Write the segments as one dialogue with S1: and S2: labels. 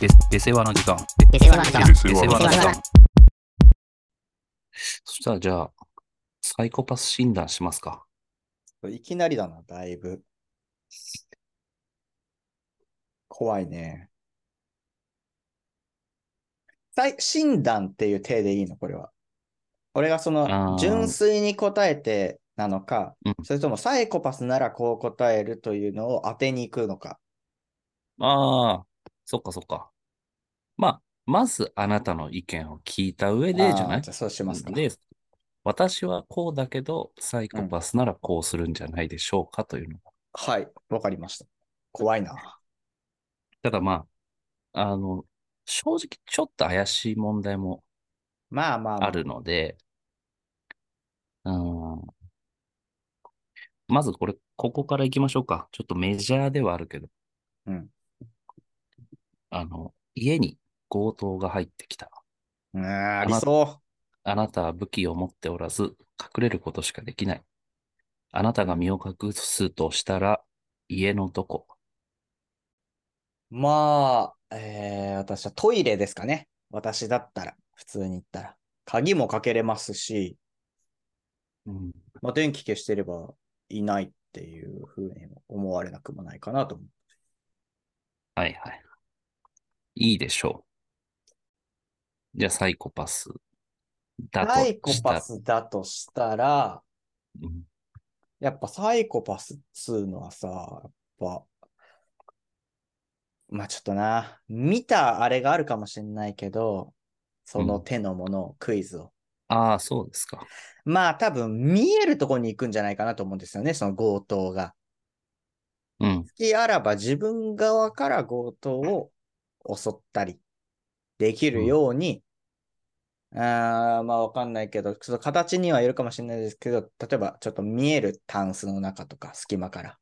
S1: で、で世話の時間。
S2: 出世話の時間
S1: で
S3: 出
S1: 出
S3: 世話
S1: 世
S3: の
S1: 話
S3: 時
S1: の
S3: 間
S1: 時間。
S4: そしたらじゃあ、サイコパス診断しますか。
S2: いきなりだな、だいぶ。怖いね。さい診断っていう体でいいの、これは。俺がそ
S4: あー
S2: の、純粋に答えてなのか
S4: うん、
S2: それともサイコパスならこう答えるというのを当てに行くのか。
S4: ああ、そっかそっか。まあ、まずあなたの意見を聞いた上でじゃな
S2: あー
S4: い
S2: じゃあそうしますか。
S4: で、私はこうだけど、サイコパスならこうするんじゃないでしょうかというのが。
S2: はい、わかりました。怖いな。
S4: ただまあ、あの、正直ちょっと怪しい問題も
S2: まあまあまあ、
S4: あるので、うん。まずこれ、ここから行きましょうか。ちょっとメジャーではあるけど。
S2: うん。
S4: あの、家に強盗が入ってきた。
S2: うんありそ
S4: あなたは武器を持っておらず、隠れることしかできない。あなたが身を隠すとしたら、家のどこ
S2: う。まあ、えー、私はトイレですかね。私だったら、普通に言ったら。鍵もかけれますし、
S4: うん。
S2: まあ、電気消してればいないっていうふうにも思われなくもないかなと思う。
S4: はいはい。いいでしょう。じゃあ、サイコパスだと
S2: サイコ
S4: した
S2: パスだとしたら、
S4: うん
S2: やっぱサイコパスっつうのはさ、やっぱ、まあちょっとな、見たあれがあるかもしれないけど、その手のものを、クイズを。
S4: ああ、そうですか。
S2: まあ多分見えるところに行くんじゃないかなと思うんですよね、その強盗が。
S4: うん。
S2: 隙あらば自分側から強盗を襲ったりできるように、あーまあわかんないけど、ちょっと形にはいるかもしれないですけど、例えばちょっと見えるタンスの中とか隙間から、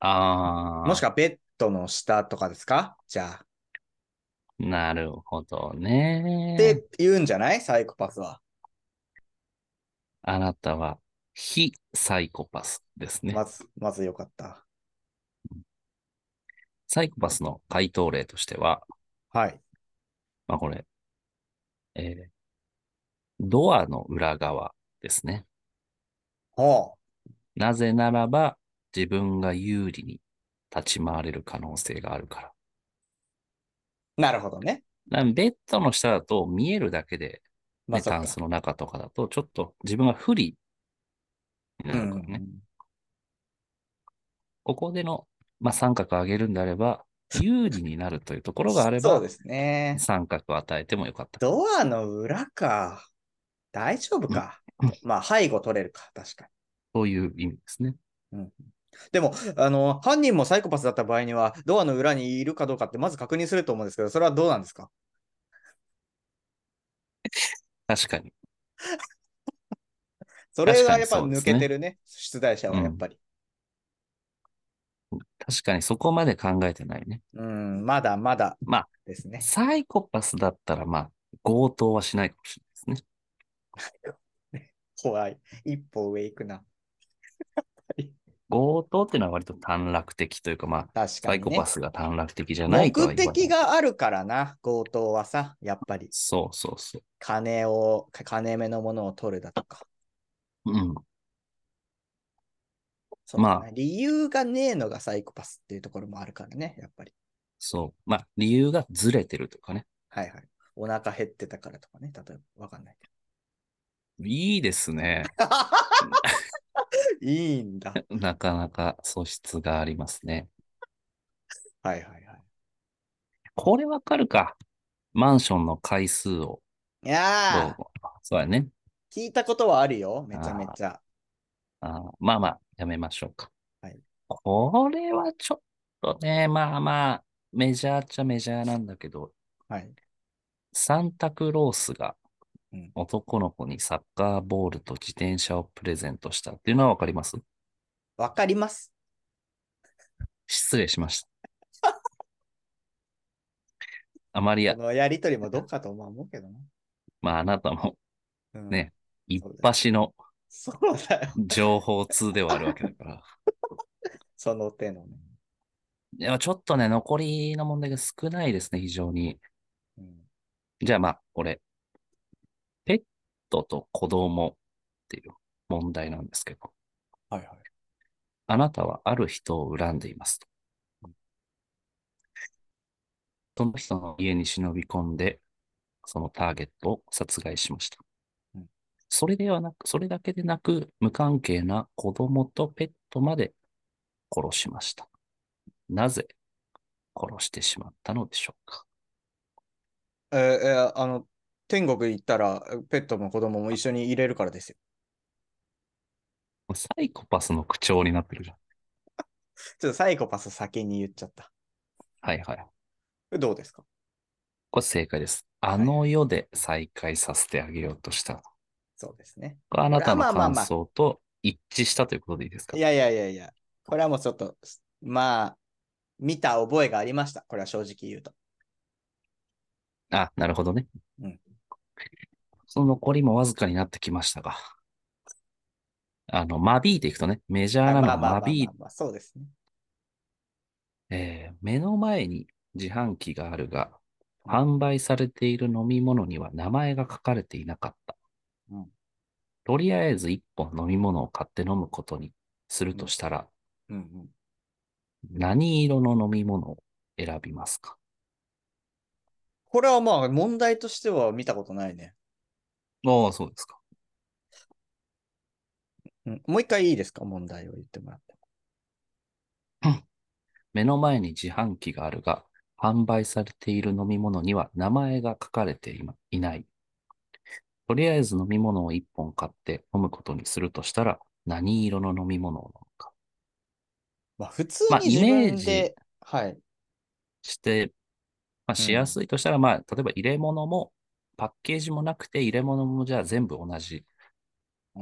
S4: ああ、
S2: もしくはベッドの下とかですかじゃあ。
S4: なるほどね。
S2: って言うんじゃないサイコパスは。
S4: あなたは非サイコパスですね。
S2: まず、まずよかった。
S4: サイコパスの回答例としては、
S2: はい。
S4: まあこれ、えードアの裏側ですね。
S2: ほ
S4: なぜならば自分が有利に立ち回れる可能性があるから。
S2: う。なるほどね。
S4: だからベッドの下だと見えるだけで、
S2: ま
S4: ね、
S2: あ、そっ
S4: タ
S2: か
S4: ンスの中とかだと、ちょっと自分が不利にな
S2: う
S4: る
S2: ん
S4: からね。ここでの、まあ、三角を上げるんであれば、有利になるというところがあれ
S2: そう
S4: ば
S2: で、すね。
S4: 三角を与えてもよかった。
S2: ドアの裏か。大丈夫か。まあ、背後取れるか。確か
S4: そういう意味ですね。
S2: に。でも、あの、犯人もサイコパスだった場合には、ドアの裏にいるかどうかってまず確認すると思うんですけど、それはどうなんですか
S4: 確かに。
S2: それ
S4: 確か
S2: が
S4: に
S2: やっぱ
S4: そうで
S2: 抜
S4: すね
S2: けてるね。出題者はやっぱり。
S4: 確かにそこまで考えてないね。
S2: うん、まだまだ。
S4: まあ
S2: ですね。
S4: サイコパスだったら、まあ、強盗はしないかもしれないですね。
S2: 怖い。一歩上行くな。
S4: 強盗っていうのは割と短絡的というか、まあ、
S2: 確
S4: サ
S2: か
S4: イ
S2: に
S4: コ
S2: ね。
S4: パスが短絡的じゃないとは
S2: 目
S4: 言わない
S2: 的。があるからな、強盗はさ、やっぱり。
S4: そうそうそ
S2: 金を、か金目のものを取るだとか。
S4: う。うん。
S2: そうだな
S4: ま
S2: 理由がねえのがサイコパスっていうところもあるからね、やっぱり。
S4: そう。まあ、理由がずれてるとかね。
S2: はいはい。お腹減ってたからとかね、例えばわかんないけ
S4: いいです ね。
S2: ど。いいんだ。
S4: なかなか素質がありますね。
S2: はいはいはい。
S4: これわかるか。マンションの回数を
S2: い
S4: ど
S2: や
S4: うも。そうやね。
S2: ー、聞いたことはあるよ、めちゃめちゃ。
S4: あーまあまあ、やめましょうか。
S2: はい
S4: これはちょっとね、まあまあ、メジャーっちゃメジャーなんだけど、
S2: はい。
S4: サンタクロースが
S2: うん
S4: 男の子にサッカーボールと自転車をプレゼントしたっていうのはわかります
S2: わかります。
S4: 失礼しました。あまりや
S2: こ、のやりとりもどっかと思うけどな。
S4: まああなたも
S2: うん
S4: ね。一発の
S2: そうだよ。
S4: 情報通ではあるわけだから。
S2: その手のね。
S4: でもちょっとね、残りの問題が少ないですね、非常に。
S2: うん
S4: じゃあまあ、これ。ペットと子供っていう問題なんですけど、
S2: はいはい。
S4: あなたはある人を恨んでいますと。その人の家に忍び込んで、そのターゲットを殺害しました
S2: うん。
S4: それではなく、それだけでなく、無関係な子供とペットまで殺しました。なぜ殺してしまったのでしょうか
S2: えーえーあの、天国行ったら、ペットも子供も一緒に入れるからですよ。
S4: サイコパスの口調になってるじゃん。
S2: ちょっとサイコパス先に言っちゃった。
S4: はいはい。
S2: どうですか
S4: これ正解です。あの世で再会させてあげようとした。
S2: そうですね。
S4: これあなたの
S2: まあまあまあ
S4: 感想と一致したということでいいですか
S2: いやいやいやいや、これはもうちょっと、まあ、見た覚えがありました。これは正直言うと。
S4: あ、なるほどね。
S2: うん
S4: その残りもわずかになってきましたが。あの、間引いていくとね、メジャーなの
S2: ま
S4: は
S2: あまあま
S4: 間
S2: あまあ
S4: 引いて、
S2: まあ、そうですね。
S4: えー目の前に自販機があるが、販売されている飲み物には名前が書かれていなかった。
S2: うん
S4: とりあえず一本飲み物を買って飲むことにするとしたら、
S2: うんうん。
S4: 何色の飲み物を選びますか
S2: これはまあ、問題としては見たことないね。
S4: ああ、そうですか。
S2: うん、もう一回いいですか問題を言ってもらって。
S4: 目の前に自販機があるが、販売されている飲み物には名前が書かれていまいない。とりあえず飲み物を一本買って飲むことにするとしたら、何色の飲み物を飲むか。
S2: まあ、普通
S4: まあ
S2: に自
S4: イメー
S2: 分
S4: ジ
S2: で、はい。
S4: して、まあ、しやすいとしたら、まあ、例えば入れ物も、パッケージもなくて、入れ物もじゃあ全部同じ
S2: う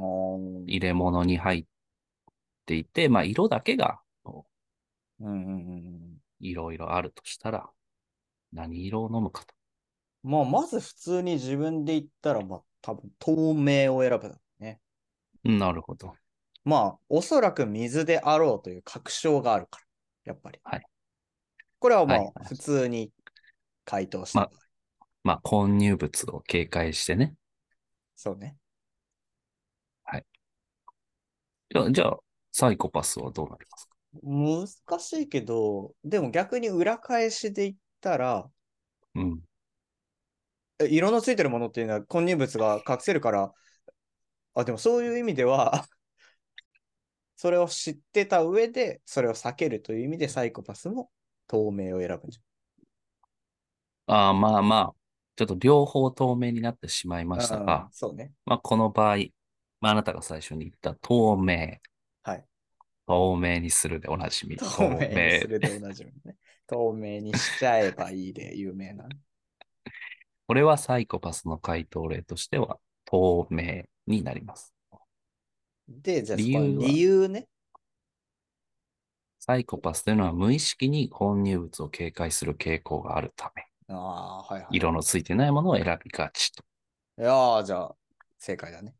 S2: ん
S4: 入れ物に入っていて、まあ、色だけが
S2: うんうんうん
S4: いろいろあるとしたら、何色を飲むかと。
S2: まあ、まず普通に自分で言ったら、まあ、多分透明を選ぶだろうね。
S4: なるほど。
S2: まあ、おそらく水であろうという確証があるから、やっぱり。
S4: はい
S2: これはま
S4: はい
S2: あ、普通に回答した、
S4: まあまあ、混入物を警戒してね。
S2: そうね。
S4: じゃあ、じゃあサイコパスはどうなりますか
S2: 難しいけど、でも逆に裏返しで言ったら、
S4: うん。
S2: え色のついてるものっていうのは混入物が隠せるから、あ、でもそういう意味では、 それを知ってた上で、それを避けるという意味でサイコパスも透明を選ぶんじ
S4: ああ、まあまあ、ちょっと両方透明になってしまい
S2: ゃん。
S4: ました
S2: うん
S4: が、
S2: そうね。
S4: まあ、この場合、まあ、あなたが最初に言った透明。
S2: はい。
S4: 透明にするでおなじみ。
S2: 透明にするで同じみね。透明にしちゃえばいいで有名な。
S4: これはサイコパスの回答例としては、透明になります。
S2: で、じゃあそ
S4: 理
S2: こ
S4: 由
S2: は
S4: は
S2: 理由ね。
S4: サイコパスというのは無意識に混入物を警戒する傾向があるため、
S2: ああー、はいはい。
S4: 色のついてないものを選びがちと。
S2: いやーじゃあ正解だね。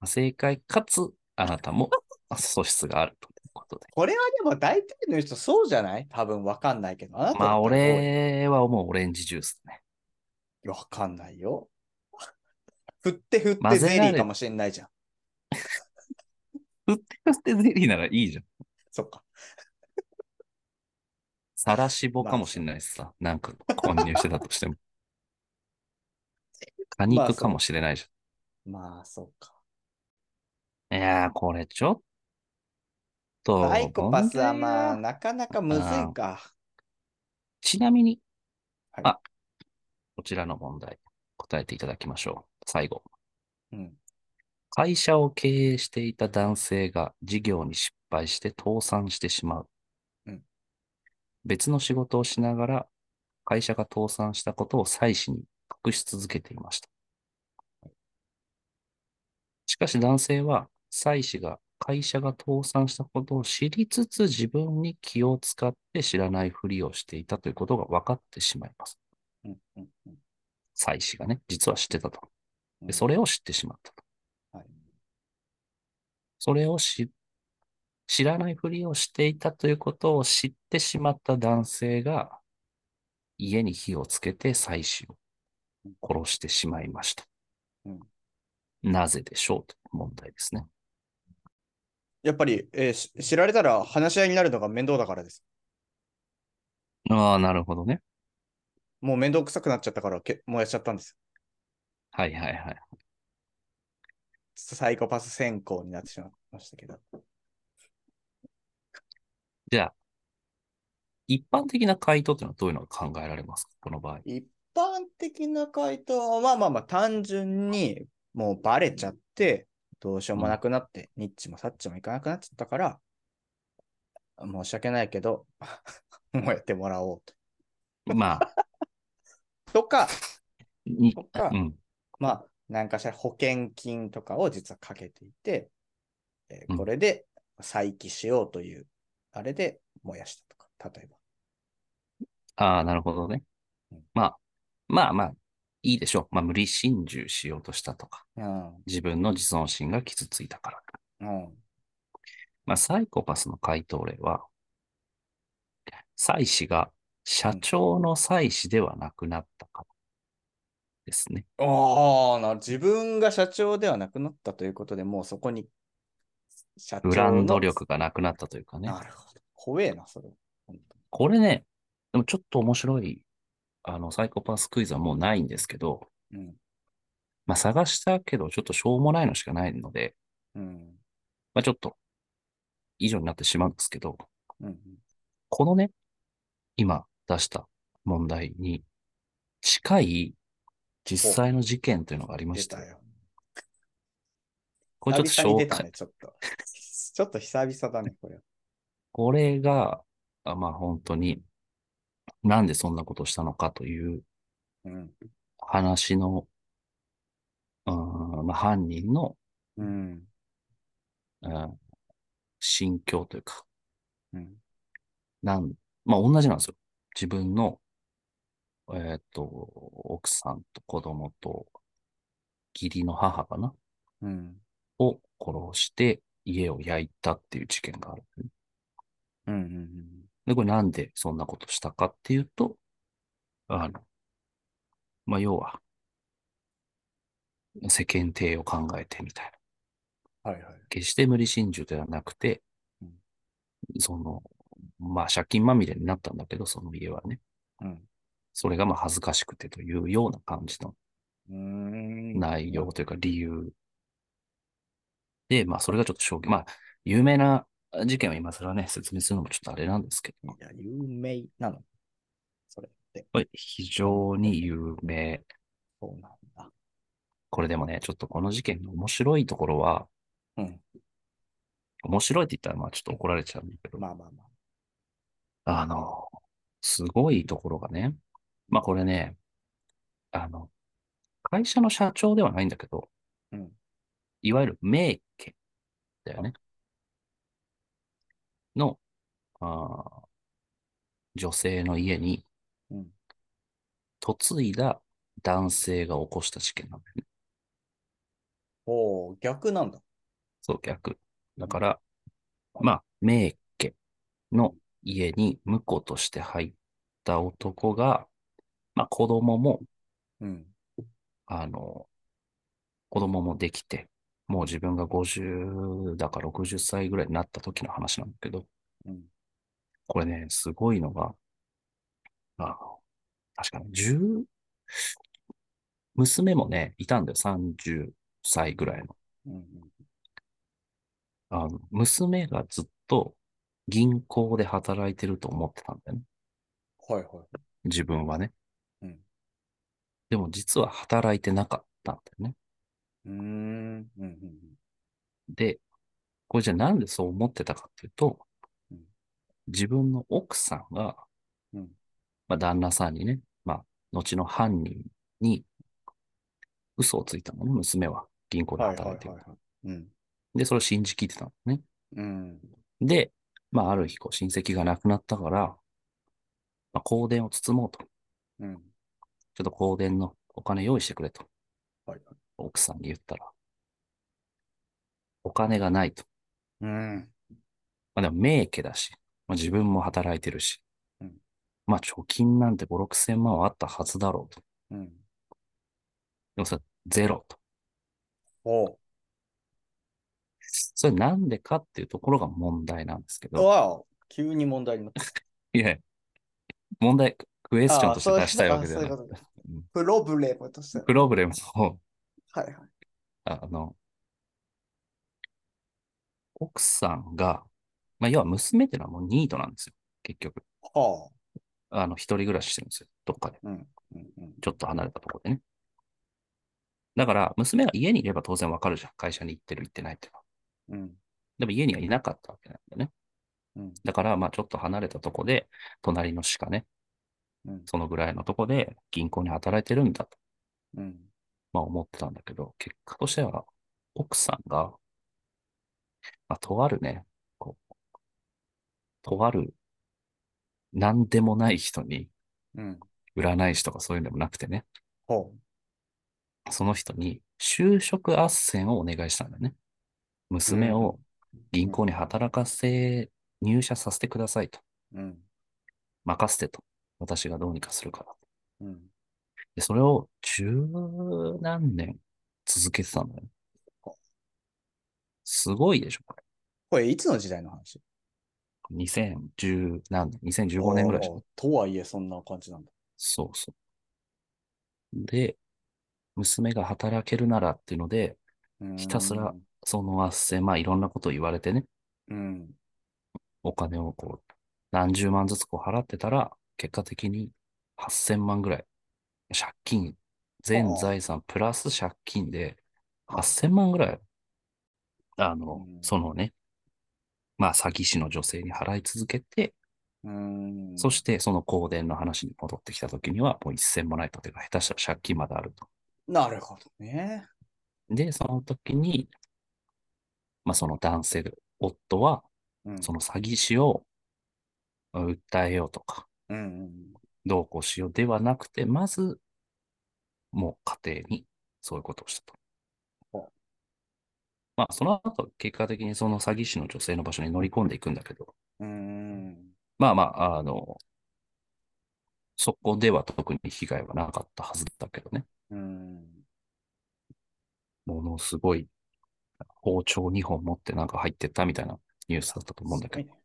S4: まあ正解かつ、あなたも素質があるということで。
S2: これはでも大体の人そうじゃない多分わかんないけど。あなた
S4: まあ、
S2: だったらどうよ
S4: 俺はもうオレンジジュース ね。
S2: わかんないよ。 振って振って
S4: 混ぜ
S2: ゼ
S4: ら
S2: リ
S4: れ
S2: ーかもしれないじゃん。
S4: 売って売ってゼリーならいいじゃん。
S2: そっか。
S4: さらしぼかもしれないしさ。なんか混入してたと しても。果
S2: まあそ
S4: 肉
S2: う
S4: かもしれないじ
S2: まあ、そうか。
S4: ゃん。いやー、これちょっと。
S2: サイコパスはまあ、
S4: 問題が
S2: なかなかむずいか。
S4: ちなみに、
S2: はい
S4: あ、こちらの問題、答えていただきましょう。最後。
S2: うん。
S4: 会社を経営していた男性が事業に失敗して倒産してしまう。
S2: うん
S4: 別の仕事をしながら、会社が倒産したことを妻子に隠し続けていました。しかし男性は、妻子が会社が倒産したことを知りつつ自分に気を使って知らないふりをしていたということが分かってしまいます。
S2: うん。うん。うん
S4: 妻子がね、実は知ってたと。
S2: う
S4: で
S2: ん
S4: それを知ってしまったと。
S2: はい
S4: それを知知らないふりをしていたということを知ってしまった男性が、家に火をつけて妻子を殺してしまいました。
S2: うん
S4: なぜでしょうという問題ですね。
S2: やっぱり、えーし知られたら話し合いになるのが面倒だからです。
S4: ああ、なるほどね。
S2: もう面倒くさくなっちゃったからけ燃やしちゃったんです。
S4: はいはいはい。
S2: サイコパス選考になってしまいましたけど。
S4: じゃあ、一般的な回答というのはどういうのが考えられますかこの場合。
S2: 一般的な回答は、まあまあまあ、単純にもうバレちゃって、どうしようもなくなって、ニッチもサッチもいかなくなっちゃったから、申し訳ないけど、 燃えてもらおう
S4: まあ、
S2: と。とか、
S4: に、
S2: とか
S4: うん、
S2: まあ、なんかしら保険金とかを実はかけていて、えー
S4: うん
S2: これで再起しようという、あれで燃やしたとか、例えば。
S4: ああ、なるほどね
S2: うん。
S4: まあ、まあまあ、いいでしょう。まあ、無理心中しようとしたとか、自分の自尊心が傷ついたから。
S2: うん、うん、
S4: まあ、サイコパスの回答例は、妻子が社長の妻子ではなくなったからですね。
S2: ああ、なる自分が社長ではなくなったということで、もうそこに、社長の。
S4: ブランド力がなくなったというかね。
S2: なるほど。怖えな、それ。本当
S4: これね、でもちょっと面白い、あの、サイコパスクイズはもうないんですけど、
S2: うん。
S4: まあ、探したけど、ちょっとしょうもないのしかないので、
S2: うん。
S4: まあ、ちょっと、以上になってしまうんですけど、
S2: うん。
S4: このね、今出した問題に近い実際の事件というのがありま
S2: 出
S4: した
S2: た。よ。
S4: これちょっと
S2: 久々
S4: 紹
S2: に出た
S4: 介、
S2: ね、ちょっと。 ちょっと久々だね、これは。
S4: これが、あまあ本当に、なんでそんなことをしたのかという
S2: うん。
S4: 話の、うーんまあ、犯人の、
S2: うん。
S4: うん、心境というか、
S2: うん。
S4: なん、まあ同じなんですよ。自分の、えーっと、奥さんと子供と、義理の母かな
S2: うん。
S4: を殺して家を焼いたっていう事件がある。
S2: うん。うん。
S4: で、これなんでそんなことしたかっていうと、あの、まあ、要は、世間体を考えてみたいな。
S2: はいはい。
S4: 決して無理心中ではなくて
S2: うん、
S4: その、まあ、借金まみれになったんだけど、その家はね。
S2: うん。
S4: それがまあ恥ずかしくてというような感じの
S2: うーん。
S4: 内容というか理由。で、まあ、それがちょっと衝撃。まあ、有名な事件を今更ね、説明するのもちょっとあれなんですけど
S2: い、や、有名なの。それって。
S4: これ非常に有名
S2: そうなんだ。
S4: これでもね、ちょっとこの事件の面白いところは、
S2: うん。
S4: 面白いって言ったらまあちょっと怒られちゃうんだけど、
S2: まあまあまあ。
S4: あの、すごいところがね、まあこれね、あの、会社の社長ではないんだけど、
S2: うん
S4: いわゆる名家だよね。の、あー女性の家に
S2: うん。
S4: 嫁いだ男性が起こした事件なんだよね。
S2: おお逆なんだ。
S4: そう、逆。だから、まあ、名家の家に婿として入った男が、まあ、子供も、
S2: うん。
S4: あの、子供もできて、もう自分が50だか60歳ぐらいになった時の話なんだけど、
S2: うん。
S4: これね、すごいのが、あの、確かに10、娘もね、いたんだよ、30歳ぐらいの。
S2: うん。
S4: あの、娘がずっと銀行で働いてると思ってたんだよね。
S2: はいはい。
S4: 自分はね。
S2: うん
S4: でも実は働いてなかったんだよね。
S2: うーん。うん。うん。
S4: で、これじゃあなんでそう思ってたかっていうと
S2: うん、
S4: 自分の奥さんが、
S2: うん
S4: まあ旦那さんにね、まあ、後の犯人に嘘をついたのね、娘は銀行で
S2: はいはい
S4: 働い
S2: は
S4: て
S2: い
S4: る
S2: は。い。うん。
S4: で、それを信じきってたのね。
S2: うん。
S4: で、まあ、ある日、こう、親戚が亡くなったから、まあ、香典を包もうと。
S2: うん。
S4: ちょっと香典のお金用意してくれと、
S2: はいはい。
S4: 奥さんに言ったら。お金がないと。
S2: うん。
S4: まあでも名家だし、まあ、自分も働いてるし、
S2: うん
S4: まあ貯金なんて5、6千万はあったはずだろうと。
S2: うん。
S4: でもさ、ゼロと。
S2: おう。
S4: それなんでかっていうところが問題なんですけど、
S2: わお。急に問題になった。
S4: いや、問題、クエスチョンとして
S2: あー
S4: 出したいわけじゃな
S2: そうい
S4: く
S2: うこと
S4: て
S2: か、プロブレムとして。
S4: プロブレムを、
S2: はいはい。
S4: あの、奥さんが、まあ要は娘っていうのはもうニートなんですよ、結局。
S2: はあ。
S4: あの、一人暮らししてるんですよ、どっかで。
S2: うん。うんうん。
S4: ちょっと離れたところでね。だから、娘が家にいれば当然わかるじゃん。会社に行ってる、行ってないっていうのは。
S2: うん。
S4: でも家にはいなかったわけなんだよね。
S2: うん
S4: だから、まあちょっと離れたとこで、隣の市かね、
S2: うん。
S4: そのぐらいのとこで銀行に働いてるんだと、
S2: うん。
S4: まあ思ってたんだけど、結果としては、奥さんが、まあとあるね、こう、とある、なんでもない人に、
S2: うん。
S4: 占い師とかそういうのもなくてね、
S2: ほ
S4: その人に就職斡旋をお願いしたんだよね。娘を銀行に働かせ、入社させてくださいと。
S2: う。うん。
S4: 任せてと。私がどうにかするから。
S2: うん。
S4: で、それを十何年続けてたんだよね。すごいでしょ、こ
S2: これ、いつの時代の話
S4: れ。2010何年 ?2015 年ぐらいでしょ
S2: ああとはいえ、そんな感じなんだ。
S4: そうそう。で、娘が働けるならっていうので、
S2: うーん
S4: ひたすら。その斡旋、まあいろんなことを言われてね、
S2: うん。
S4: お金をこう、何十万ずつこう払ってたら、結果的に8000万ぐらい、借金、全財産プラス借金で、8000万ぐらい、あの
S2: う、ん
S4: そのね、まあ、詐欺師の女性に払い続けて、
S2: うーん。
S4: そしてその香典の話に戻ってきたときには、もう一銭もないと、てか、下手したら借金まであると。
S2: なるほどね。
S4: で、その時に、まあ、その男性、夫は、
S2: うん。
S4: その詐欺師を訴えようとか、
S2: うんうん。
S4: どうこうしようではなくて、まず、もう家庭にそういうことをした
S2: ほ
S4: と。まあ、その後、結果的にその詐欺師の女性の場所に乗り込んでいくんだけど、
S2: うーん。
S4: まあまあ、あの、そこでは特に被害はなかったはずだけどね、
S2: うーん。
S4: ものすごい包丁2本持ってなんか入ってったみたいなニュースだったと思うんだけど、い
S2: すごいね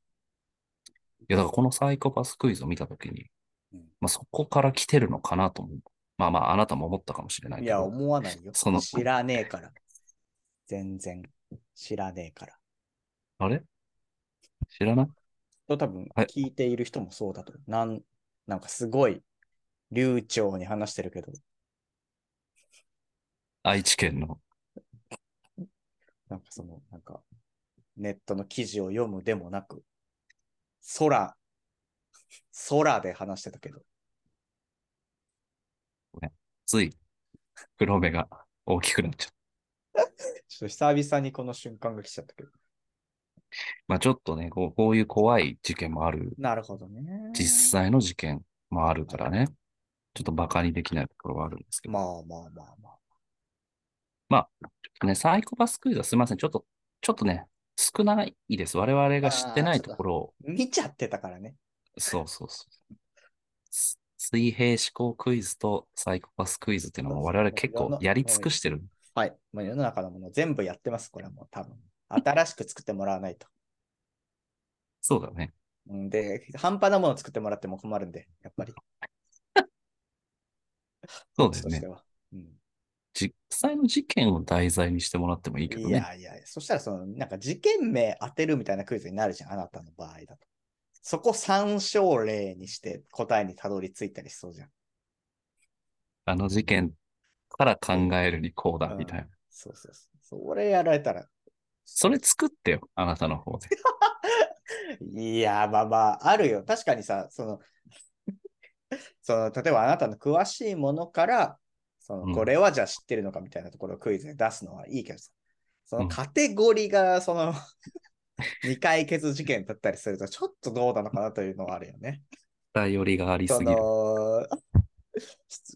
S4: や、だからこのサイコパスクイズを見たときに
S2: うん、
S4: まあそこから来てるのかなと思う。まあまあ、あなたも思ったかもしれない
S2: い
S4: け
S2: や、
S4: ど、
S2: 思わないよ。
S4: その
S2: 知らねえから。全然。知らねえから。
S4: あれ知らない
S2: と多分、
S4: はい
S2: 聞いている人もそうだと思う。なん、なんかすごい、流暢に話してるけど、
S4: 愛知県の。
S2: なんかその、なんか、ネットの記事を読むでもなく、空、空で話してたけど、
S4: つい、黒目が大きくなっちゃった。
S2: ちょっと久々にこの瞬間が来ちゃったけど。
S4: まあちょっとね、こうこういう怖い事件もある、
S2: なるほどね。
S4: 実際の事件もあるからね、ちょっと馬鹿にできないところはあるんですけど、
S2: まあまあまあまあ。
S4: ね、サイコパスクイズはすみません、ちょっと、ちょっとね、少ないです。我々が知ってないところを、
S2: 見ちゃってたからね。
S4: そうそうそう。す水平思考クイズとサイコパスクイズっていうのはもう我々結構やり尽くしてる。
S2: はい。もう世の中のもの全部やってます、これはもう多分。新しく作ってもらわないと。
S4: そうだね。
S2: うんで、半端なもの作ってもらっても困るんで、やっぱり。
S4: そうです
S2: とし
S4: ね
S2: て。は。うん
S4: 実際の事件を題材にしてもらってもいいけど
S2: い
S4: ね。
S2: やいや、そしたらその、なんか事件名当てるみたいなクイズになるじゃん、あなたの場合だと。そこ参照例にして答えにたどり着いたりしそうじゃん。
S4: あの事件から考えるにこうだみたいな。
S2: そうそうそう。それやられたら、
S4: それ作ってよ、あなたの 方で。
S2: いや、まあまあ、あるよ。確かにさ、その、 その、例えばあなたの詳しいものから、そ
S4: うん
S2: の、これはじゃあ知ってるのかみたいなところをクイズで出すのはいいけどさ、そ
S4: うん
S2: のカテゴリーが、その、 未解決事件だったりすると、ちょっとどうなのかなというのはあるよね。
S4: 頼りがありす
S2: そ
S4: ぎる。
S2: の、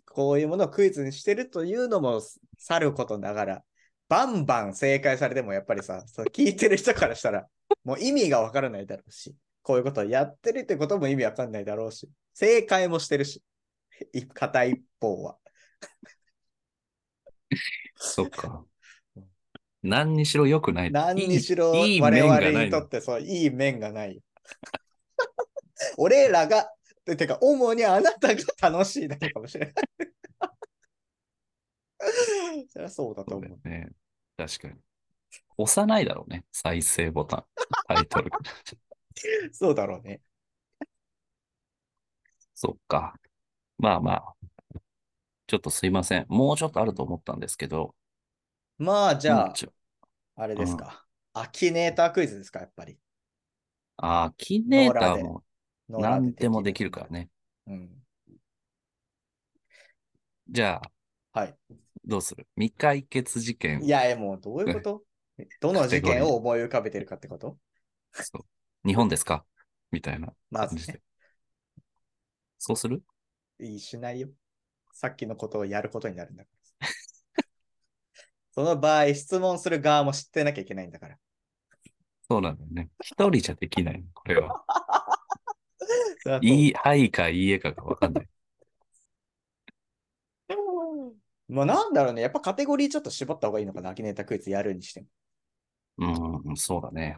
S2: こういうものをクイズにしてるというのもさることながら、バンバン正解されてもやっぱりさ、そう聞いてる人からしたら、もう意味がわからないだろうし、こういうことをやってるってことも意味わかんないだろうし、正解もしてるし、い片一方は。
S4: そっか。何にしろ良くない。
S2: 何にしろ
S4: いいいい
S2: 我
S4: 面が
S2: 々
S4: ない
S2: にとってそういい面 がない。俺らが、ててか主にあなたが楽しいだけかもしれない。 そりゃそうだと
S4: そうだ
S2: 思う
S4: よ。ね。確かに。押さないだろうね。再生ボタン。タイ トル。
S2: そうだろうね。
S4: そっか。まあまあ。ちょっとすいません。もうちょっとあると思ったんですけど。
S2: まあじゃ
S4: うん
S2: あ、
S4: ちょ
S2: あれですか。アキネータークイズですか、やっぱり。
S4: あー、キネーターも
S2: ノーラ
S4: 何でもできるから
S2: ね。
S4: ね。
S2: うん。
S4: じゃあ、
S2: はい。
S4: どうする未解決事件
S2: いや、え、もうどうい うことどの事件を思い浮かべてるかってこと
S4: そう日本ですかみたいな
S2: ま
S4: 感
S2: ず
S4: じ
S2: ね
S4: で。そうする
S2: いいシナリオ。さっきのことをやることになるんだから。 その場合、質問する側も知ってなきゃいけないんだから。
S4: そうなんだよね。一人じゃできない。これは。
S2: そ りゃそう
S4: いい、はいかいいえかがわかんない。
S2: まあなんだろうね。やっぱカテゴリーちょっと絞った方がいいのかな。アキネータークイズやるにしても。
S4: うん、そうだね。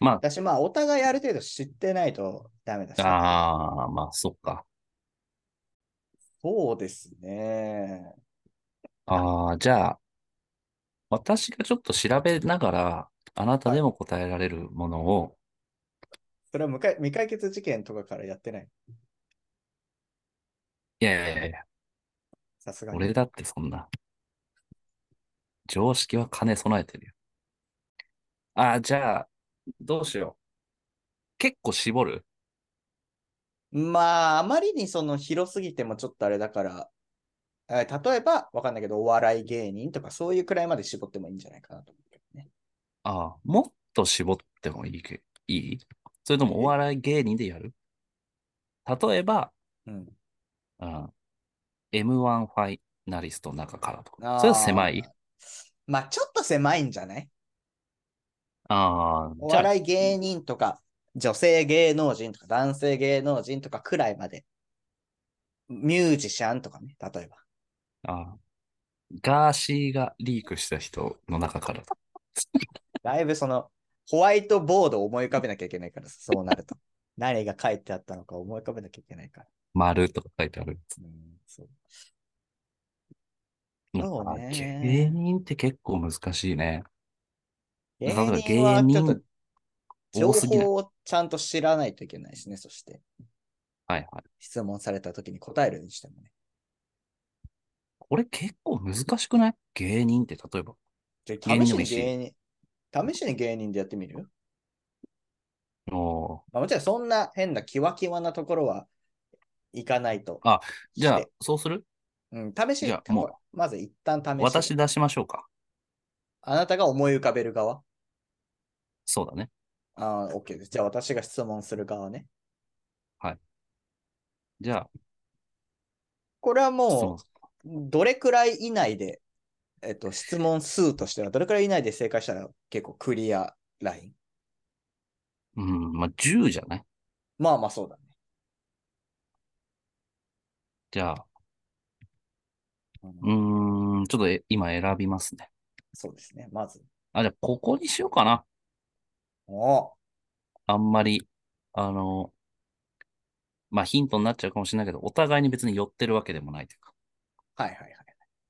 S4: ま
S2: 私、まあお互いある程度知ってないとダメだし。
S4: あ、ああ、まあ、そっか。
S2: そうですね。
S4: ああ、じゃあ、私がちょっと調べながら、あなたでも答えられるものを、
S2: それは無解未解決事件とかからやってない。
S4: いやいやいやいや、
S2: さすがに。
S4: 俺だってそんな。常識は兼ね備えてるよ。ああ、じゃあ、どうしよう。結構絞る
S2: まあ、あまりにその広すぎてもちょっとあれだから、えー例えば、わかんないけど、お笑い芸人とかそういうくらいまで絞ってもいいんじゃないかなと思うけどね。
S4: ああ、もっと絞ってもいいけ、いいそれともお笑い芸人でやる例えば、
S2: うん。
S4: うん、M1 ファイナリストの中からとか。
S2: あー
S4: それは狭い
S2: まあ、ちょっと狭いんじゃない
S4: ああ、
S2: お
S4: じゃあ、
S2: 笑い芸人とか、女性芸能人とか、男性芸能人とかくらいまで。ミュージシャンとかね、例えば。
S4: ああガーシーがリークした人の中からと。
S2: だいぶその、ホワイトボードを思い浮かべなきゃいけないから さ、そうなると。何が書いてあったのか思い浮かべなきゃいけないから。
S4: 丸とか書いてあるやつ。
S2: うん、そう。
S4: うん
S2: そう
S4: あ
S2: ね
S4: 芸人って結構難しいね。
S2: 芸
S4: だから
S2: 人はちょっと
S4: 芸人
S2: 情
S4: 多すぎない。
S2: 報をちゃんと知らないといけないしね、そして
S4: はいはい。
S2: 質問された時に答えるにしてもね。
S4: これ結構難しくない芸人って例えば。
S2: じゃ
S4: 芸
S2: 試
S4: 人
S2: し
S4: でもい
S2: に
S4: いし
S2: 芸人、試しに芸人でやってみる
S4: おー
S2: まあ、もちろんそんな変なキワキワなところはいかないと。
S4: あじゃあ
S2: して、
S4: そうする
S2: うん、試し
S4: じ
S2: に
S4: ゃあもう、
S2: まず一旦試して。
S4: 私出しましょうか。
S2: あなたが思い浮かべる側
S4: そうだね。
S2: ああ、OK です。じゃあ私が質問する側ね。
S4: じゃあ、
S2: これは
S4: 質
S2: も
S4: 問。
S2: う、どれくらい以内で、えっと、質問数としては、どれくらい以内で正解したら結構クリアライン
S4: うん、まあ、10じゃない
S2: まあまあそうだね。
S4: じゃあ、うーん、ちょっとえ今選びますね。
S2: そうですね、まず。
S4: あ、じゃあ、ここにしようかな。
S2: おう
S4: あんまり、あの、まあ、ヒントになっちゃうかもしれないけど、お互いに別に寄ってるわけでもないというか。
S2: はいはいはい。
S4: だか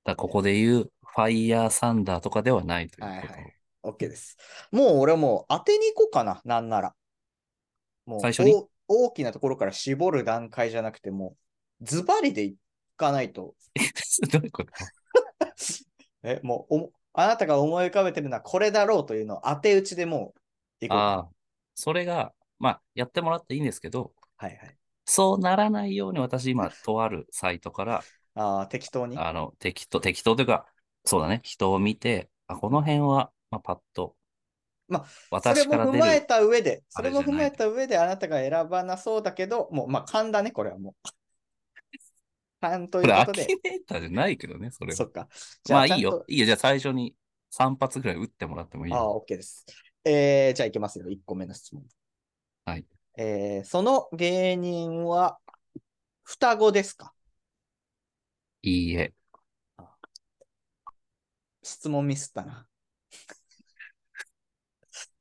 S4: らここで言う、ファイヤーサンダーとかではないという
S2: はい
S4: こと。
S2: はい OK です。もう俺はもう当てに行こうかな、なんなら。もう
S4: 最初に
S2: お大きなところから絞る段階じゃなくて、もうズバリでいかないと。
S4: どういうこと
S2: え、もうおもあなたが思い浮かべてるのはこれだろうというのを当て打ちでもう行こう
S4: ああ、それが、まあ、やってもらっていいんですけど、
S2: はいはい。
S4: そうならないように私今、とあるサイトから、
S2: ああ、適当に。
S4: あの、適当、適当というか、そうだね、人を見て、あ、この辺は、まあ、パッと、
S2: まあ、それ
S4: 私
S2: も
S4: から
S2: 踏
S4: 出
S2: まえ
S4: る、
S2: た上で、そ
S4: あ
S2: れ
S4: れじゃ
S2: も
S4: ない
S2: 踏まえた上であなたが選ばなそうだけど、もうまあ勘だね、これはもう。勘と
S4: こ
S2: い
S4: れ、
S2: う
S4: ア
S2: こと
S4: キ
S2: で。
S4: ネーターじゃないけどね、それは
S2: そっか。じゃ
S4: ま
S2: あ、
S4: あ
S2: ちゃ
S4: いい
S2: んと、
S4: よ。いいよ。じゃあ最初に3発ぐらい打ってもらってもいい
S2: ああ、
S4: よ。
S2: OK です。えー、じゃあ行きますよ。1個目の質問。
S4: はい。
S2: えー、その芸人は、双子ですか
S4: いいえ。
S2: 質問ミスったな。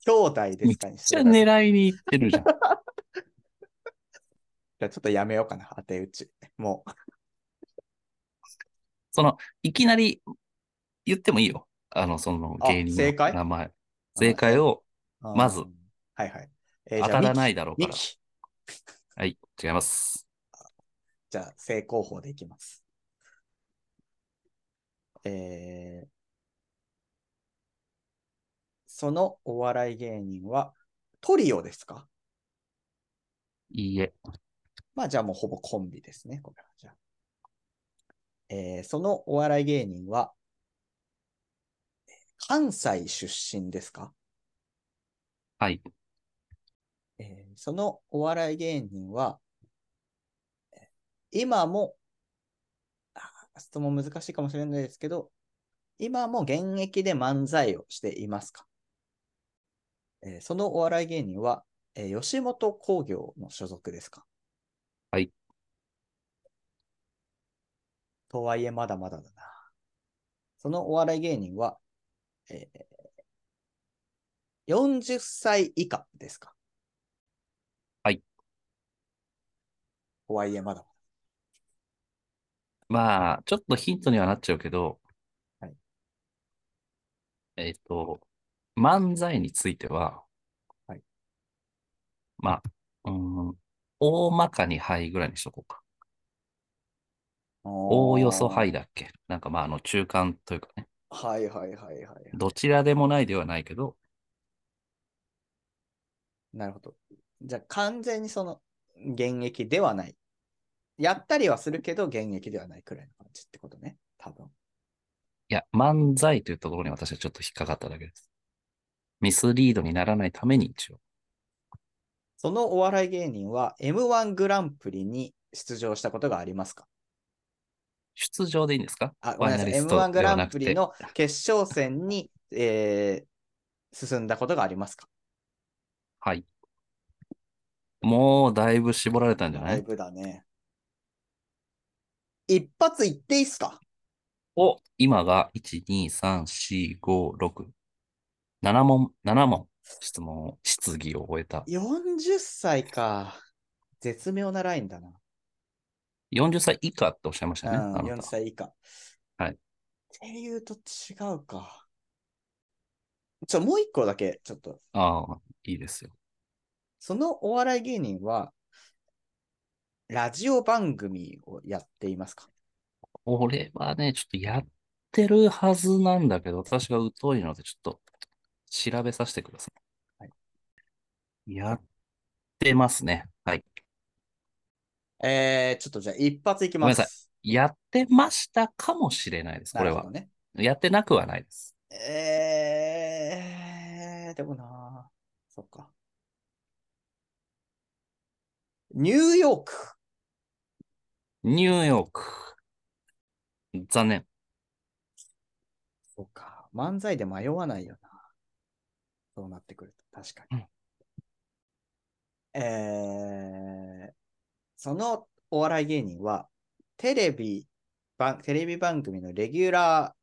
S2: 兄弟で
S4: めっ
S2: すかにし
S4: ち
S2: て
S4: ゃ
S2: ください
S4: 狙いに行ってるじゃん。
S2: じゃあちょっとやめようかな、当て打ち。もう。
S4: その、いきなり言ってもいいよ。あの、その
S2: あ
S4: 芸人
S2: 正解
S4: の名前。正解を
S2: あ
S4: まず
S2: うんはいはい。
S4: 当
S2: えーじゃ
S4: た
S2: あ
S4: らな
S2: ミ
S4: いだろう
S2: キ、
S4: か
S2: ミ
S4: ら。
S2: キ。
S4: はい、違います。
S2: じゃあ、正攻法でいきます。えー、そのお笑い芸人は、トリオですか
S4: いいえ。
S2: まあじゃあもうほぼコンビですね、これは。じゃあえーそのお笑い芸人は、関西出身ですか、
S4: はい。
S2: えーそのお笑い芸人は、えー今も、あー質問難しいかもしれないですけど、今も現役で漫才をしていますか、えーそのお笑い芸人は、えー吉本興業の所属ですか
S4: はい。
S2: とはいえまだまだだな。そのお笑い芸人は、えー40歳以下ですか
S4: はい。
S2: とはいえまだまだ。
S4: まあ、ちょっとヒントにはなっちゃうけど、
S2: はい
S4: えっと、漫才については、
S2: はい
S4: まあ、うん、大まかにはいぐらいにしとこうか。おおよそはい
S2: だ。
S4: だっけなんかまあ、あの、中間というかね、
S2: はいはいはいはいはい。
S4: どちらでもないではないけど、
S2: なるほど。じゃあ完全にその現役ではない。やったりはするけど現役ではないくらいの感じってことね。多分。
S4: いや、漫才というところに私はちょっと引っかかっただけです。ミスリードにならないために一応。
S2: そのお笑い芸人は M1 グランプリに出場したことがありますか
S4: 出場でいいんですか
S2: あ、
S4: フ
S2: ごめん
S4: ァイ
S2: な
S4: ナ
S2: さ
S4: リ
S2: い。
S4: ス
S2: M1
S4: ト
S2: グ
S4: で
S2: ラ
S4: はな
S2: ン
S4: く
S2: プリ
S4: て、
S2: の決勝戦に、えー進んだことがありますか
S4: はい。もうだいぶ絞られたんじゃな
S2: だい
S4: い
S2: ぶだね。一発いっていいっすか
S4: お、今が1、2、3、4、5、6。7問、7問、質問を、質疑を終えた。
S2: ?40 歳か。絶妙なラインだな。
S4: 40歳以下っておっしゃいまし
S2: う
S4: た
S2: ん、
S4: ね、あな
S2: 40
S4: た。
S2: 歳以下。
S4: はい
S2: っていうと違うか。ちょ、もう一個だけ、ちょっと。
S4: ああ、いいですよ。
S2: そのお笑い芸人は、ラジオ番組をやっていますか
S4: 俺はね、ちょっとやってるはずなんだけど、私が疎いので、ちょっと調べさせてくださ。
S2: はい
S4: やってますね。はい。
S2: えー、ちょっとじゃあ一発いき
S4: ごめん
S2: ま
S4: なさ
S2: す。
S4: やってましたかもしれないです、こ
S2: な
S4: れ
S2: るほど
S4: は。
S2: ね。
S4: やってなくはないです。
S2: えー、でもなーそっか。ニューヨーク。
S4: ニューヨーク。残念。
S2: そうか。漫才で迷わないよな。そうなってくると、確かに。えー、そのお笑い芸人は、テレビ、番テレビ番組のレギュラ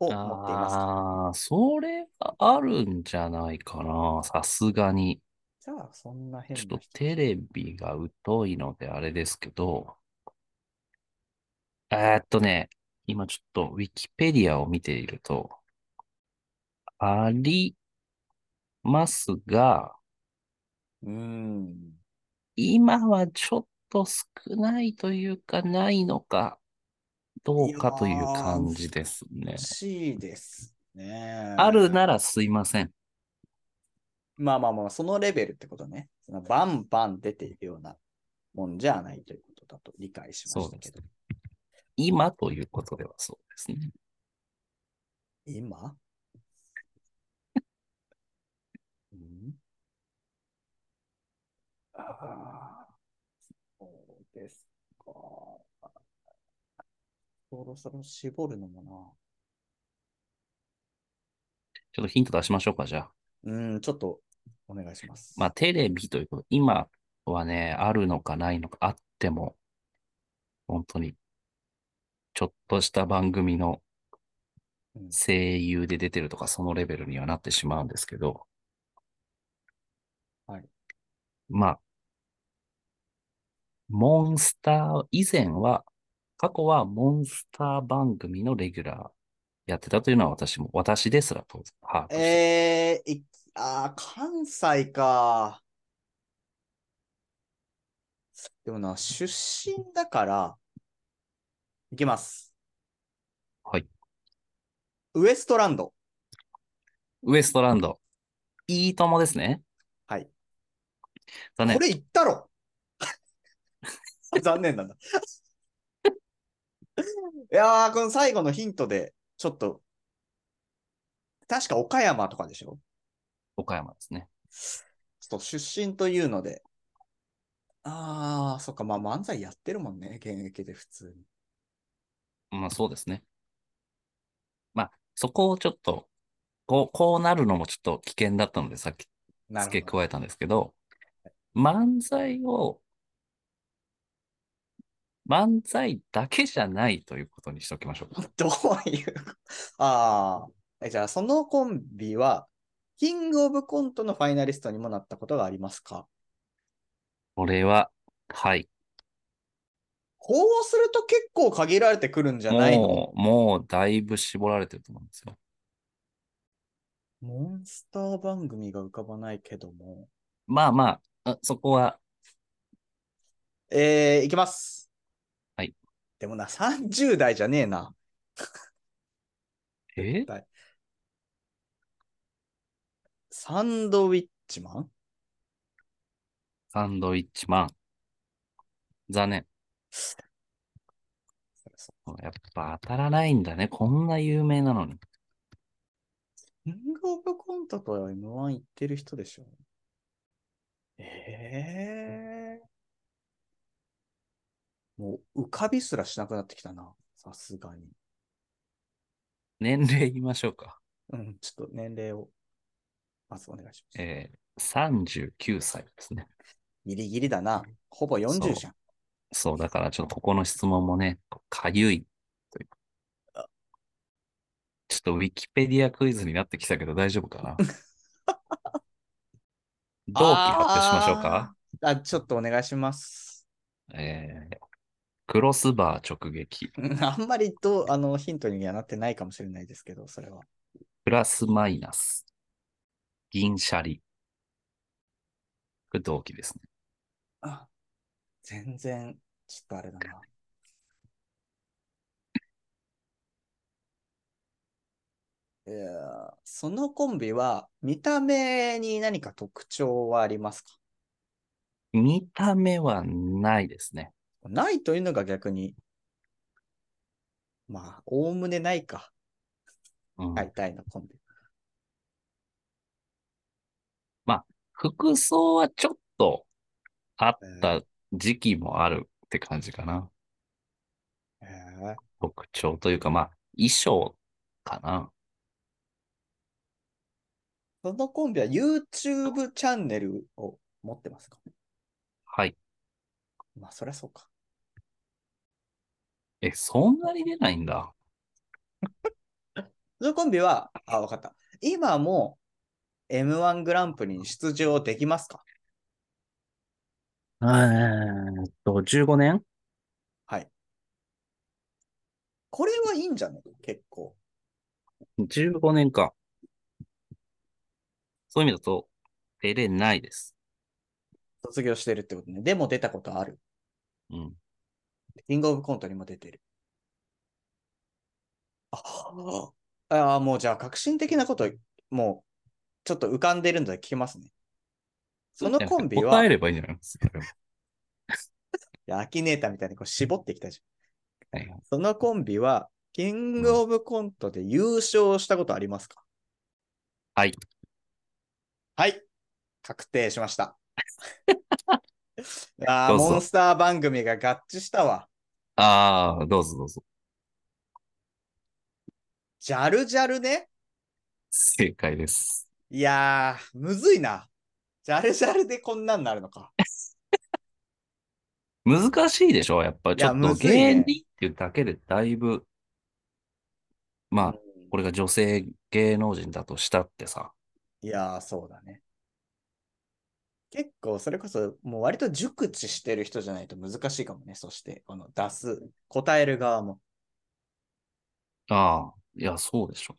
S2: ーを持っていますか
S4: ああ、それはあるんじゃないかな。さすがに。
S2: じゃあ、そんな変
S4: ちょっと
S2: な人。
S4: テレビが疎いのであれですけど。えーっとね、今ちょっとウィキペディアを見ていると、ありますが、
S2: うーん。
S4: 今はちょっと少ないというか、ないのか、どうかという感じですね
S2: 欲。しいですね。
S4: あるならすいません。
S2: まあまあまあ、そのレベルってことね。そのバンバン出ているようなもんじゃないということだと理解しま
S4: そ
S2: し
S4: う
S2: た
S4: で
S2: け
S4: す
S2: ど。
S4: ね。今ということではそうですね。
S2: 今、 うん、ああ、そうですか。そろそろ絞るのも
S4: ちょっとヒント出しましょうか、じゃあ。
S2: な。うん、ちょっとお願いします。
S4: まあ、テレビということ、今はね、あるのかないのか、あっても、本当に、ちょっとした番組の
S2: うん
S4: 声優で出てるとか、そのレベルにはなってしまうんですけど、
S2: はい。
S4: まあ、モンスター、以前は、過去はモンスター番組のレギュラーやってたというのは私も、私ですら当然、把握してる
S2: えー、いあー、関西か。でもな、出身だから、いきます。
S4: はい。
S2: ウエストランド。
S4: ウエストランド、いいともですね。
S2: はい。
S4: 残念
S2: こ。れ言ったろ 残念なんだ。いやー、この最後のヒントで、ちょっと、確か岡山とかでしょ
S4: 岡山ですね。
S2: ちょっと出身というので。ああ、そっか、まあ漫才やってるもんね、現役で普通に。
S4: まあそうですね。まあそこをちょっと、こう、こうなるのもちょっと危険だったので、さっき
S2: な
S4: 付け
S2: るほど。
S4: 加えたんですけど、漫才を、漫才だけじゃないということにしておきましょうか。
S2: どういう。 ああ。えじゃあ、そのコンビは、キングオブコントのファイナリストにもなったことがありますか
S4: これは、はい。
S2: こうすると結構限られてくるんじゃないの
S4: もう、もうだいぶ絞られてると思うんですよ。
S2: モンスター番組が浮かばないけども。
S4: まあまあ、あそこは、
S2: えー、いきます。
S4: はい。
S2: でもな、30代じゃねえな。
S4: え
S2: サンドウィッチマン
S4: サンドイッチマン。残念。やっぱ当たらないんだね。こんな有名なのに。
S2: キングオブコントと M1 行ってる人でしょええもう浮かびすらしなくなってきたな。さすがに。
S4: 年齢言いましょうか。
S2: うん、ちょっと年齢を。まずお願いします。
S4: えー、39歳ですね。
S2: ギリギリだな。ほぼ
S4: そう
S2: 40じゃん。
S4: そう、だからちょっとここの質問もね、かゆいという
S2: あ
S4: ちょっとウィキペディアクイズになってきたけど大丈夫かな同期発表しましょうか。
S2: あーあ、ちょっとお願いします。
S4: えー、クロスバー直撃、
S2: うんあんまりどうあのヒントにはなってないかもしれないですけど、それは。
S4: プラスマイナス、銀シャリ。これ同期ですね。
S2: あ全然、ちょっとあれだな。いやーそのコンビは見た目に何か特徴はありますか
S4: 見た目はないですね。
S2: ないというのが逆に、まあ、おおむねないか。
S4: うん
S2: 大体のコンビ。
S4: 服装はちょっとあった時期もあるって感じかな。
S2: えー
S4: 特徴というか、まあ、衣装かな。
S2: そのコンビは YouTube チャンネルを持ってますか
S4: はい。
S2: まあ、そりゃそうか。
S4: え、そんなに出ないんだ。
S2: そのコンビは、あ、わかった。今も M1 グランプリに出場できますか
S4: えーっと、15年
S2: はい。これはいいんじゃない結構。
S4: ?15 年か。そういう意味だと、出れないです。
S2: 卒業してるってことね。でも出たことある。
S4: うん。
S2: キングオブコントにも出てる。あはああー、もうじゃあ革新的なこと、もうちょっと浮かんでるので聞きますね。そのコンビは、
S4: 答え
S2: い
S4: ればいいんじゃないですか。
S2: やアキネーターみたいにこう絞ってきたじゃん。
S4: はいは
S2: そのコンビは、キングオブコントで優勝したことありますか、
S4: はい。
S2: はい。確定し ました。ああ、
S4: どうぞ
S2: モンスター番組が合致したわ。
S4: ああ、どうぞどうぞ。
S2: ジャルジャルね。
S4: 正解です。
S2: いやー、むずいな。ジャルジャルでこんなんなるのか。
S4: 難しいでしょやっぱ
S2: い
S4: ちょ
S2: や
S4: っと
S2: むずいね
S4: 芸人っていうだけでだいぶ、まあ、
S2: うん
S4: これが女性芸能人だとしたってさ、
S2: いやー、そうだね。結構、それこそ、もう割と熟知してる人じゃないと難しいかもね。そして、この出す、答える側も。
S4: ああ、いや、そうでしょ。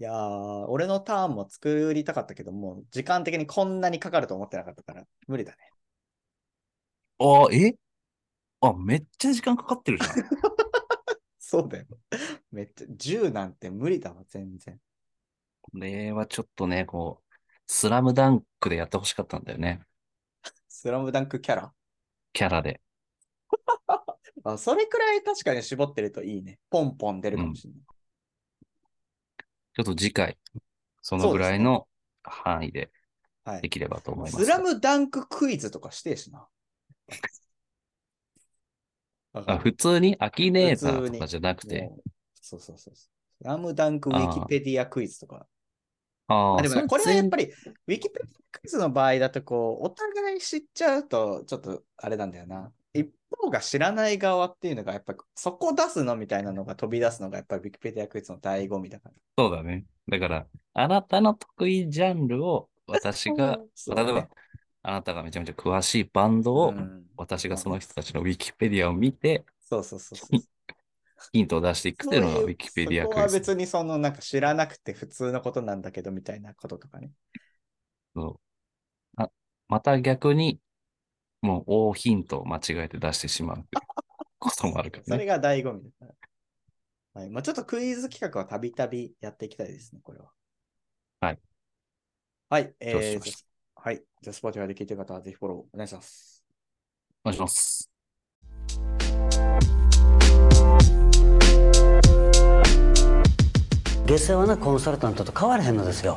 S2: いやー、俺のターンも作りたかったけど、もう時間的にこんなにかかると思ってなかったから、無理だね。
S4: ああ、えあ、めっちゃ時間かかってるじゃん。
S2: そうだよ。 めっちゃ、10なんて無理だわ、全然。
S4: これはちょっとね、こう、スラムダンクでやってほしかったんだよね。
S2: スラムダンクキャラ。
S4: キャラで。
S2: あ、それくらい確かに絞ってるといいね。ポンポン出るかもしれない。
S4: ちょっと次回、その
S2: そう
S4: ぐ
S2: ですね
S4: らいの範囲で
S2: はい
S4: で。きればと思います。
S2: スラムダンククイズとかしてえしな。わか
S4: あ
S2: る
S4: 普通にアキネータ
S2: 普
S4: ー
S2: 通
S4: と
S2: に
S4: かじゃなくて。
S2: もうそうそうそうそう。スラムダンクウィキペディアクイズとか。
S4: あ
S2: あ
S4: あ、
S2: でもね、
S4: そ
S2: これはやっぱ
S4: り。
S2: り、ウィキペディアクイズの場合だと、こう、お互い知っちゃうと、ちょっとあれなんだよな。一方が知らない側っていうのが、やっぱ、そこ出すのみたいなのが飛び出すのが、やっぱりウィキペディアクイズの醍醐味だから。
S4: そうだね。だから、あなたの得意ジャンルを私が、
S2: そう
S4: 例
S2: だ
S4: え
S2: ね
S4: ば、あなたがめちゃめちゃ詳しいバンドを、
S2: うん
S4: 私がその人たちのウィキペディアを見て、
S2: そうそうそうそう。
S4: ヒントを出していくっていうのがウィキペディア
S2: そ
S4: ク
S2: こは
S4: イズ。
S2: 別にそのなんか知らなくて普通のことなんだけどみたいなこととかね。
S4: そうあまた逆に、もう大ヒントを間違えて出してしまうっていうこともあるか
S2: そ
S4: ら
S2: れ
S4: ね。
S2: が醍醐味だから。はいまあ、ちょっとクイズ企画はたびたびやっていきたいですね、これは。
S4: はい。
S2: はい。え
S4: 承知しま
S2: ーじゃ
S4: し
S2: あはい。じゃあ、スポーティファイで聞いてる方はぜひフォローお願いします。
S4: お願いします。
S1: 下世話なコンサルタントと変わらへんのですよ